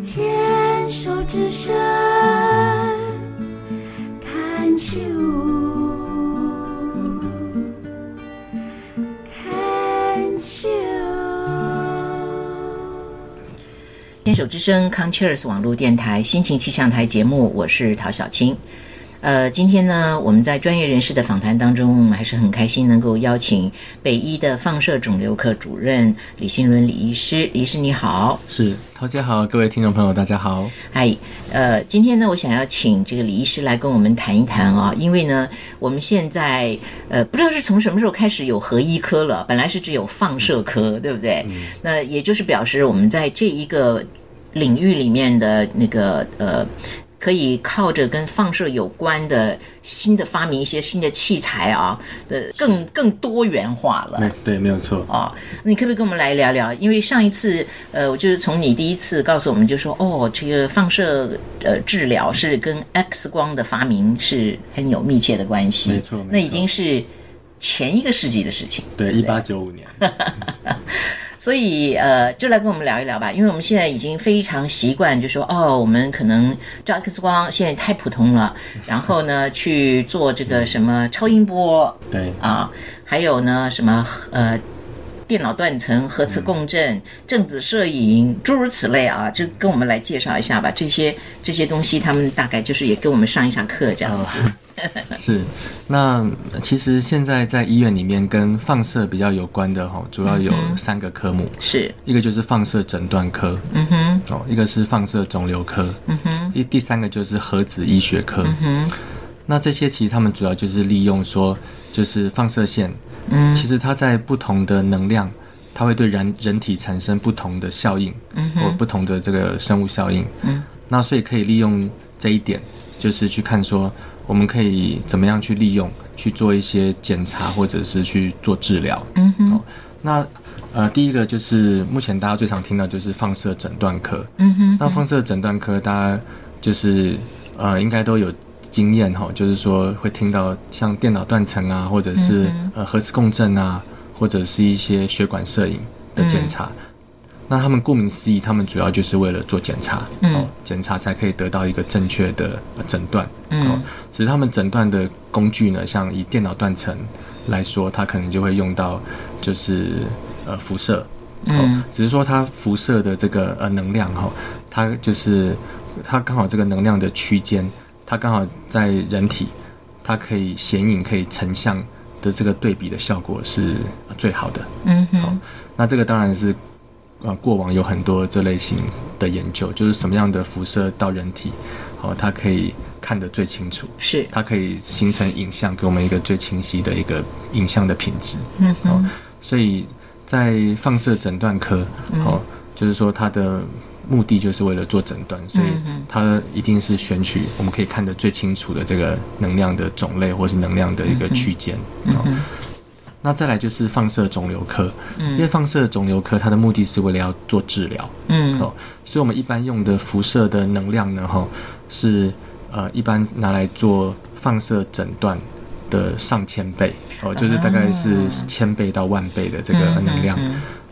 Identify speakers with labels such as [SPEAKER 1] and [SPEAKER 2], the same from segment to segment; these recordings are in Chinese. [SPEAKER 1] 牵手之声，看秋。看秋。
[SPEAKER 2] 牵手之声 c o n c h e r s 网络电台心情气象台节目，我是陶小青。呃，今天呢，我们在专业人士的访谈当中，还是很开心能够邀请北医的放射肿瘤科主任李新伦李医师。李医师你好，
[SPEAKER 3] 是陶姐好，各位听众朋友大家好。
[SPEAKER 2] 嗨，呃，今天呢，我想要请这个李医师来跟我们谈一谈啊，因为呢，我们现在呃，不知道是从什么时候开始有核医科了，本来是只有放射科，对不对？那也就是表示我们在这一个领域里面的那个呃。可以靠着跟放射有关的新的发明一些新的器材啊，的更更多元化了。
[SPEAKER 3] 没哎对，没有错。
[SPEAKER 2] 哦，你可不可以跟我们来聊聊？因为上一次，呃，我就是从你第一次告诉我们，就说哦，这个放射呃治疗是跟 X 光的发明是很有密切的关系，
[SPEAKER 3] 没错没错
[SPEAKER 2] 那已经是前一个世纪的事情。
[SPEAKER 3] 对，一八九五 年，
[SPEAKER 2] 所以呃，就来跟我们聊一聊吧，因为我们现在已经非常习惯，就说哦，我们可能照 X 光现在太普通了，然后呢去做这个什么超音波
[SPEAKER 3] 对
[SPEAKER 2] 啊，还有呢什么呃。电脑断层、核磁共振、正子摄影，诸如此类啊，就跟我们来介绍一下吧。这些这些东西，他们大概就是也跟我们上一下课这样
[SPEAKER 3] 哦
[SPEAKER 2] 子。
[SPEAKER 3] 是。那其实现在在医院里面跟放射比较有关的哈，主要有三个科目，
[SPEAKER 2] 是，
[SPEAKER 3] 一个就是放射诊断科，
[SPEAKER 2] 嗯哼，
[SPEAKER 3] 哦，一个是放射肿瘤科，嗯哼，第第三个就是核子医学科，嗯哼。那这些其实他们主要就是利用说，就是放射线，嗯，其实它在不同的能量，它会对人人体产生不同的效应，嗯或不同的这个生物效应，嗯。那所以可以利用这一点，就是去看说，我们可以怎么样去利用去做一些检查，或者是去做治疗，嗯哼。哦、那呃，第一个就是目前大家最常听到就是放射诊断科。嗯哼那放射诊断科，大家就是呃，应该都有经验哈，就是说会听到像电脑断层啊，或者是、呃核磁共振啊，或者是一些血管摄影的检查。那他们顾名思义，他们主要就是为了做检查，
[SPEAKER 2] 嗯
[SPEAKER 3] 哦，检查才可以得到一个正确的呃诊断，嗯、哦，只是他们诊断的工具呢，像以电脑断层来说，它可能就会用到就是呃辐射，
[SPEAKER 2] 嗯
[SPEAKER 3] 哦，只是说它辐射的这个呃能量哈、哦，它就是它刚好这个能量的区间，它刚好在人体，它可以显影可以成像的这个对比的效果是呃最好的，
[SPEAKER 2] 嗯哼，
[SPEAKER 3] 那这个当然是，呃，过往有很多这类型的研究，就是什么样的辐射到人体，好、它可以看得最清楚，
[SPEAKER 2] 是，
[SPEAKER 3] 它可以形成影像，给我们一个最清晰的一个影像的品质。嗯、哦，所以在放射诊断科，哦，就是说它的目的就是为了做诊断，所以它一定是选取我们可以看得最清楚的这个能量的种类或是能量的一个区间。哦那再来就是放射肿瘤科，因为放射肿瘤科它的目的是为了要做治疗，
[SPEAKER 2] 嗯
[SPEAKER 3] 哦，所以我们一般用的辐射的能量呢，哈、是呃一般拿来做放射诊断的上千倍，
[SPEAKER 2] 啊
[SPEAKER 3] 哦，就是大概是千倍到万倍的这
[SPEAKER 2] 嗯
[SPEAKER 3] 个能量。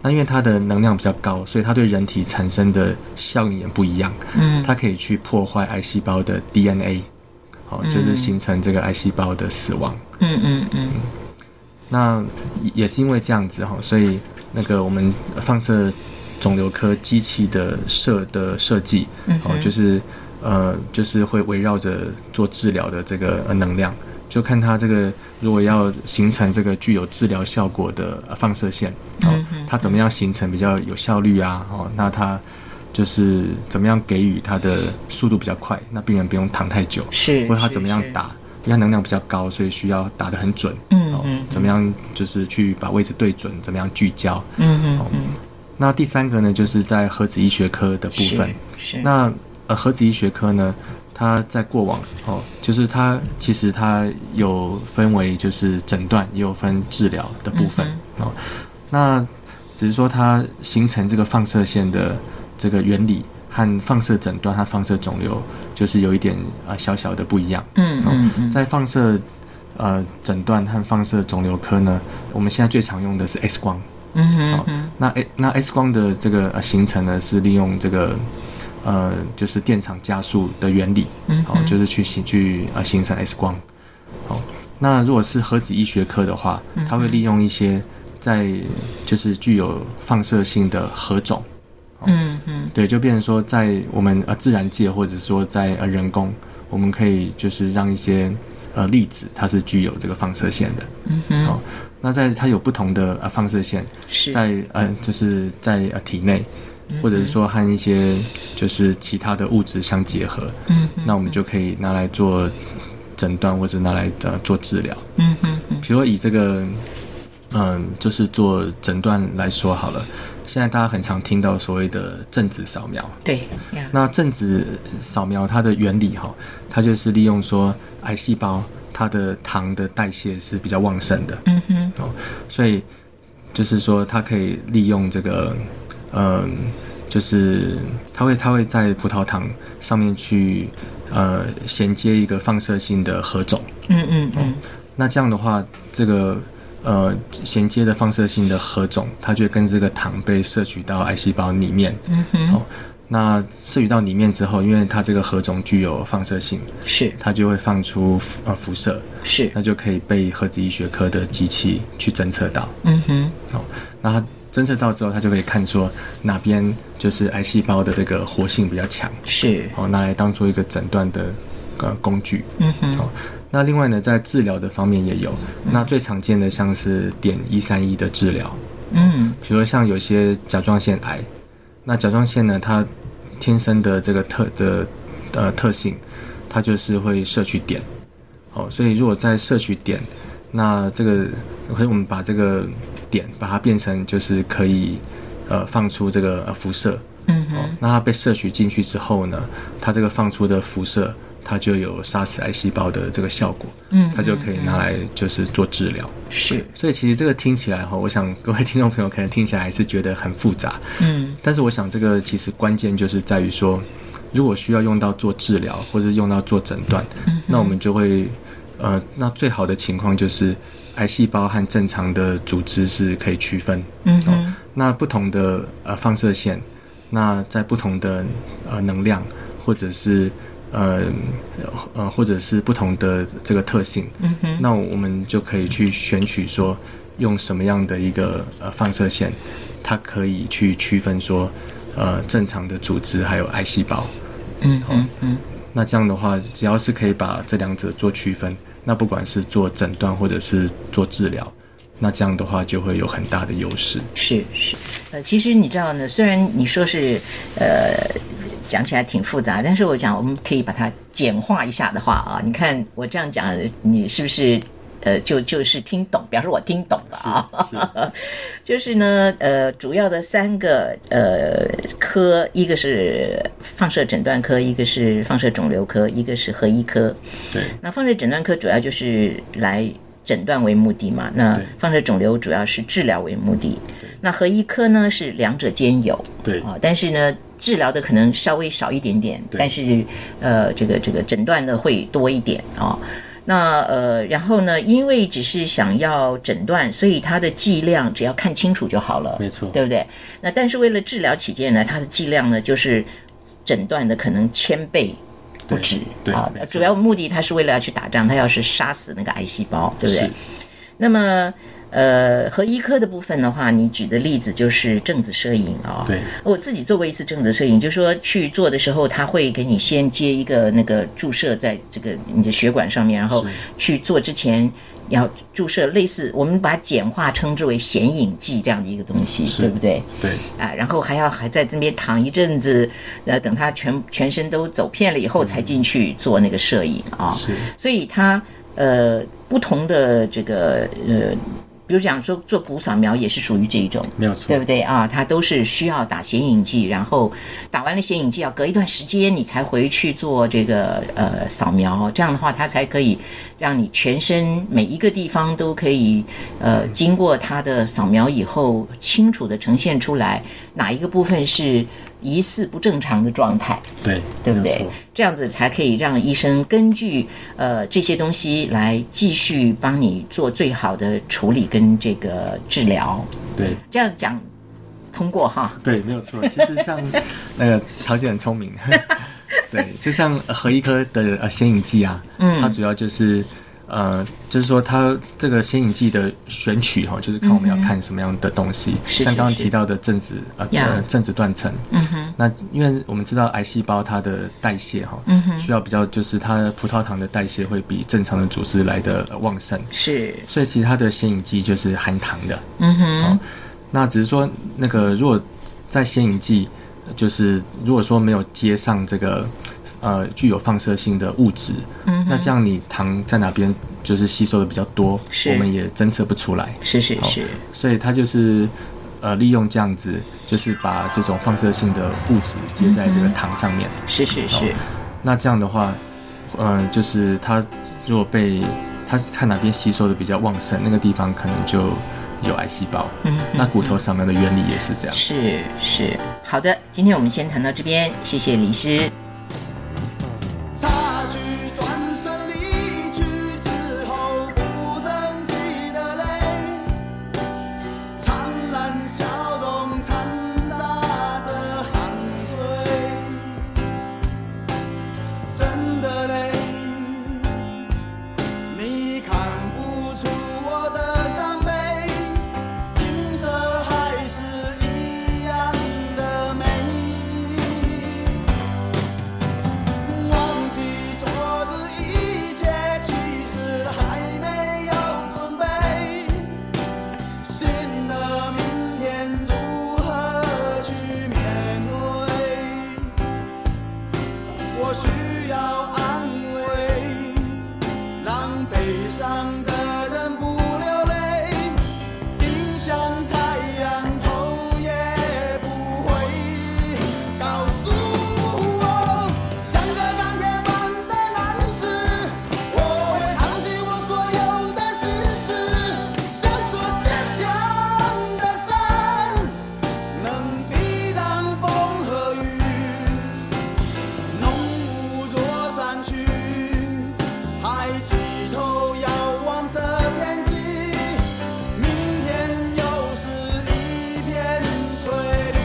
[SPEAKER 3] 那因为它的能量比较高，所以它对人体产生的效应也不一样。
[SPEAKER 2] 嗯，
[SPEAKER 3] 它可以去破坏癌细胞的 DNA，哦，就是形成这个癌细胞的死亡。
[SPEAKER 2] 嗯嗯嗯，
[SPEAKER 3] 那也是因为这样子哈，所以那个我们放射肿瘤科机器的设的设计，
[SPEAKER 2] 嗯
[SPEAKER 3] 哦、就是呃，就是会围绕着做治疗的这个呃能量，就看它这个如果要形成这个具有治疗效果的呃放射线，
[SPEAKER 2] 嗯
[SPEAKER 3] 哦，它怎么样形成比较有效率啊？哦，那它就是怎么样给予它的速度比较快，那病人不用躺太久，
[SPEAKER 2] 是，
[SPEAKER 3] 或者他怎么样
[SPEAKER 2] 是，
[SPEAKER 3] 打，因为他能量比较高，所以需要打得很准。
[SPEAKER 2] 嗯
[SPEAKER 3] 哦
[SPEAKER 2] 嗯，
[SPEAKER 3] 怎么样就是去把位置对准，怎么样聚焦。
[SPEAKER 2] 是嗯嗯
[SPEAKER 3] 哦，那第三个呢，就是在核子医学科的部分。
[SPEAKER 2] 是，
[SPEAKER 3] 那呃，核子医学科呢，它在过往哦，就是它其实它有分为就是诊断，也有分治疗的部分、哦。那只是说它形成这个放射线的这个原理和放射诊断和放射肿瘤就是有一点呃小小的不一样。
[SPEAKER 2] 嗯嗯嗯
[SPEAKER 3] 在放射呃诊断和放射肿瘤科呢，我们现在最常用的是 X 光。
[SPEAKER 2] 嗯哼，
[SPEAKER 3] 好，那 A 那 X 光的这个呃形成呢，是利用这个呃就是电场加速的原理，
[SPEAKER 2] 嗯
[SPEAKER 3] 好、就是去形去呃形成 X 光。好，那如果是核子医学科的话，
[SPEAKER 2] 嗯
[SPEAKER 3] 它会利用一些在就是具有放射性的核种，
[SPEAKER 2] 嗯哼，
[SPEAKER 3] 对，就变成说在我们呃自然界或者说在呃人工，我们可以就是让一些呃粒子它是具有这个放射线的，嗯哼，好、那在它有不同的呃放射线，
[SPEAKER 2] 是，嗯
[SPEAKER 3] 在呃，就是在呃体内，或者是说和一些就是其他的物质相结合，
[SPEAKER 2] 嗯
[SPEAKER 3] 那我们就可以拿来做诊断或者拿来呃做治疗。
[SPEAKER 2] 嗯哼，
[SPEAKER 3] 比如说以这个嗯，就是做诊断来说好了，现在大家很常听到所谓的正子扫描，
[SPEAKER 2] 对呀，
[SPEAKER 3] 那正子扫描它的原理哈，它就是利用说癌细胞它的糖的代谢是比较旺盛的，
[SPEAKER 2] 嗯哼，
[SPEAKER 3] 哦，所以就是说，它可以利用这个，嗯，就是它会它会在葡萄糖上面去呃衔接一个放射性的核种。
[SPEAKER 2] 嗯嗯嗯，
[SPEAKER 3] 那这样的话，这个呃衔接的放射性的核种，它就会跟这个糖被摄取到癌细胞里面。嗯哼。哦，那摄取到里面之后，因为它这个核种具有放射性，
[SPEAKER 2] 是
[SPEAKER 3] 它就会放出辐呃辐射，
[SPEAKER 2] 是，
[SPEAKER 3] 那就可以被核子医学科的机器去侦测到。
[SPEAKER 2] 嗯哼，
[SPEAKER 3] 哦，那它侦测到之后，它就可以看说哪边就是癌细胞的这个活性比较强，
[SPEAKER 2] 是，
[SPEAKER 3] 哦，拿来当做一个诊断的呃工具。
[SPEAKER 2] 嗯哼，
[SPEAKER 3] 哦，那另外呢，在治疗的方面也有，那最常见的像是点一三一的治疗，
[SPEAKER 2] 嗯
[SPEAKER 3] 比如说像有些甲状腺癌，那甲状腺呢，它天生的这个特的呃特性，它就是会摄取碘，哦，所以如果在摄取碘，那这个可以我们把这个碘把它变成就是可以呃放出这个呃辐射，
[SPEAKER 2] 嗯
[SPEAKER 3] 哦
[SPEAKER 2] 哼，，
[SPEAKER 3] 那它被摄取进去之后呢，它这个放出的辐射，它就有杀死癌细胞的这个效果，
[SPEAKER 2] 嗯
[SPEAKER 3] 它就可以拿来就是做治疗。
[SPEAKER 2] 是，
[SPEAKER 3] 所以其实这个听起来哈，我想各位听众朋友可能听起来还是觉得很复杂，
[SPEAKER 2] 嗯
[SPEAKER 3] 但是我想这个其实关键就是在于说，如果需要用到做治疗或者用到做诊断，
[SPEAKER 2] 嗯
[SPEAKER 3] 那我们就会呃，那最好的情况就是癌细胞和正常的组织是可以区分，
[SPEAKER 2] 嗯
[SPEAKER 3] 哦
[SPEAKER 2] 哼，，
[SPEAKER 3] 那不同的呃放射线，那在不同的呃能量，或者是呃呃或者是不同的这个特性，
[SPEAKER 2] 嗯哼，
[SPEAKER 3] 那我们就可以去选取说用什么样的一个呃放射线，它可以去区分说呃正常的组织还有癌细胞。哦
[SPEAKER 2] 嗯哼，嗯
[SPEAKER 3] 那这样的话，只要是可以把这两者做区分，那不管是做诊断或者是做治疗，那这样的话就会有很大的优势。
[SPEAKER 2] 是是，呃，其实你知道呢，虽然你说是呃讲起来挺复杂，但是我讲我们可以把它简化一下的话啊，你看我这样讲，你是不是呃就就是听懂？表示我听懂了啊。
[SPEAKER 3] 是。
[SPEAKER 2] 就是呢，呃，主要的三个呃科，一个是放射诊断科，一个是放射肿瘤科，一个是核医科。
[SPEAKER 3] 对，
[SPEAKER 2] 那放射诊断科主要就是来诊断为目的嘛，那
[SPEAKER 3] 对
[SPEAKER 2] 放射肿瘤主要是治疗为目的。那核医科呢是两者兼有
[SPEAKER 3] 对
[SPEAKER 2] 啊，但是呢。治疗的可能稍微少一点点，
[SPEAKER 3] 对
[SPEAKER 2] 但是，呃，这个这个诊断的会多一点啊、那呃，然后呢，因为只是想要诊断，所以它的剂量只要看清楚就好了，
[SPEAKER 3] 没错
[SPEAKER 2] 对不对？那但是为了治疗起见呢，它的剂量呢就是诊断的可能千倍不
[SPEAKER 3] 对
[SPEAKER 2] 止
[SPEAKER 3] 对
[SPEAKER 2] 啊
[SPEAKER 3] 没，错
[SPEAKER 2] 主要目的它是为了要去打仗，它要是杀死那个癌细胞，对不对
[SPEAKER 3] 是？
[SPEAKER 2] 那么。呃，和医科的部分的话，你举的例子就是正子摄影啊、
[SPEAKER 3] 对，
[SPEAKER 2] 我自己做过一次正子摄影，就是说去做的时候，他会给你先接一个那个注射在这个你的血管上面，然后去做之前要注射类似我们把它简化称之为显影剂这样的一个东西，对不对？
[SPEAKER 3] 对，
[SPEAKER 2] 啊，然后还要还在这边躺一阵子，呃，等他全全身都走遍了以后才进去做那个摄影啊、
[SPEAKER 3] 是
[SPEAKER 2] 所以它呃不同的这个呃，比如讲说做骨扫描也是属于这一种，
[SPEAKER 3] 没有错，
[SPEAKER 2] 对不对啊？它都是需要打显影剂，然后打完了显影剂要隔一段时间你才回去做这个呃扫描，这样的话它才可以让你全身每一个地方都可以呃经过它的扫描以后清楚的呈现出来哪一个部分是疑似不正常的状态。
[SPEAKER 3] 对，
[SPEAKER 2] 对不
[SPEAKER 3] 没有
[SPEAKER 2] 对
[SPEAKER 3] 错？
[SPEAKER 2] 这样子才可以让医生根据呃这些东西来继续帮你做最好的处理跟这个治疗。
[SPEAKER 3] 对
[SPEAKER 2] 这样讲通过哈，
[SPEAKER 3] 对，没有错。其实 像那个桃姐很聪 明，对，就像呃何医科的呃显影剂啊，嗯，它主要就是呃，就是说它这个显影剂的选取哈、就是看我们要看什么样的东西，
[SPEAKER 2] 是
[SPEAKER 3] 像刚刚
[SPEAKER 2] 是是
[SPEAKER 3] 提到的正子呃
[SPEAKER 2] 呀
[SPEAKER 3] 呃正子断层，嗯哼，那因为我们知道癌细胞它的代谢哈、嗯哼，需要比较就是它的葡萄糖的代谢会比正常的组织来的旺盛，
[SPEAKER 2] 是
[SPEAKER 3] 所以其实它的显影剂就是含糖的。嗯哼、那只是说那个如果在显影剂，呃就是如果说没有接上这个呃具有放射性的物质，嗯，那这样你糖在哪边就是吸收的比较多，
[SPEAKER 2] 是
[SPEAKER 3] 我们也侦测不出来。
[SPEAKER 2] 是是是，
[SPEAKER 3] 所以它就是呃利用这样子，就是把这种放射性的物质接在这个糖上面。
[SPEAKER 2] 是是是，
[SPEAKER 3] 那这样的话，嗯、就是它如果被它是看哪边吸收的比较旺盛，那个地方可能就有癌细胞。嗯，那骨头扫描的原理也是这样。
[SPEAKER 2] 是是。好的，今天我们先谈到这边，谢谢李师。
[SPEAKER 4] 擦去转身离去之后不争气的泪，灿烂笑容掺杂着汗水，真的累，你看不出我的伤悲，景色还是一样的美。忘记昨日一切，其实还没有准备。新的明天如何去面对？我需要安慰，让悲伤的人不流泪，迎向太阳，头也不回。告诉我，像个钢铁般的男子，我会扛起我所有的心事，像座坚强的山，能抵挡风和雨。浓雾若散去，抬起头遥望着天际，明天又是一片翠绿。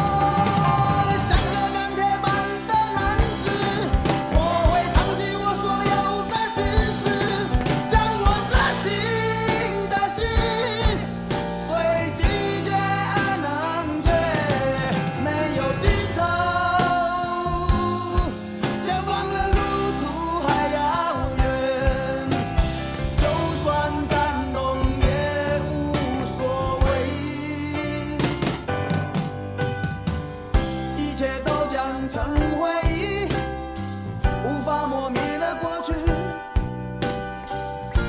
[SPEAKER 4] 像个钢铁般的男子，我会扛起我所有的心事，将我自己的心随季节安朗，却没有尽头。前方的路途还遥远，就算感动也无所谓。一切都将成回忆，无法磨灭的过去，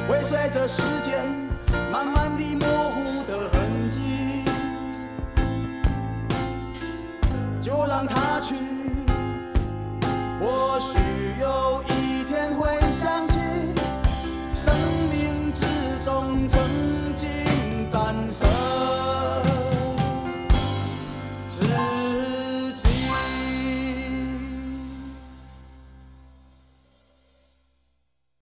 [SPEAKER 4] 会随着时间慢慢地模糊的痕迹，就让它去，或许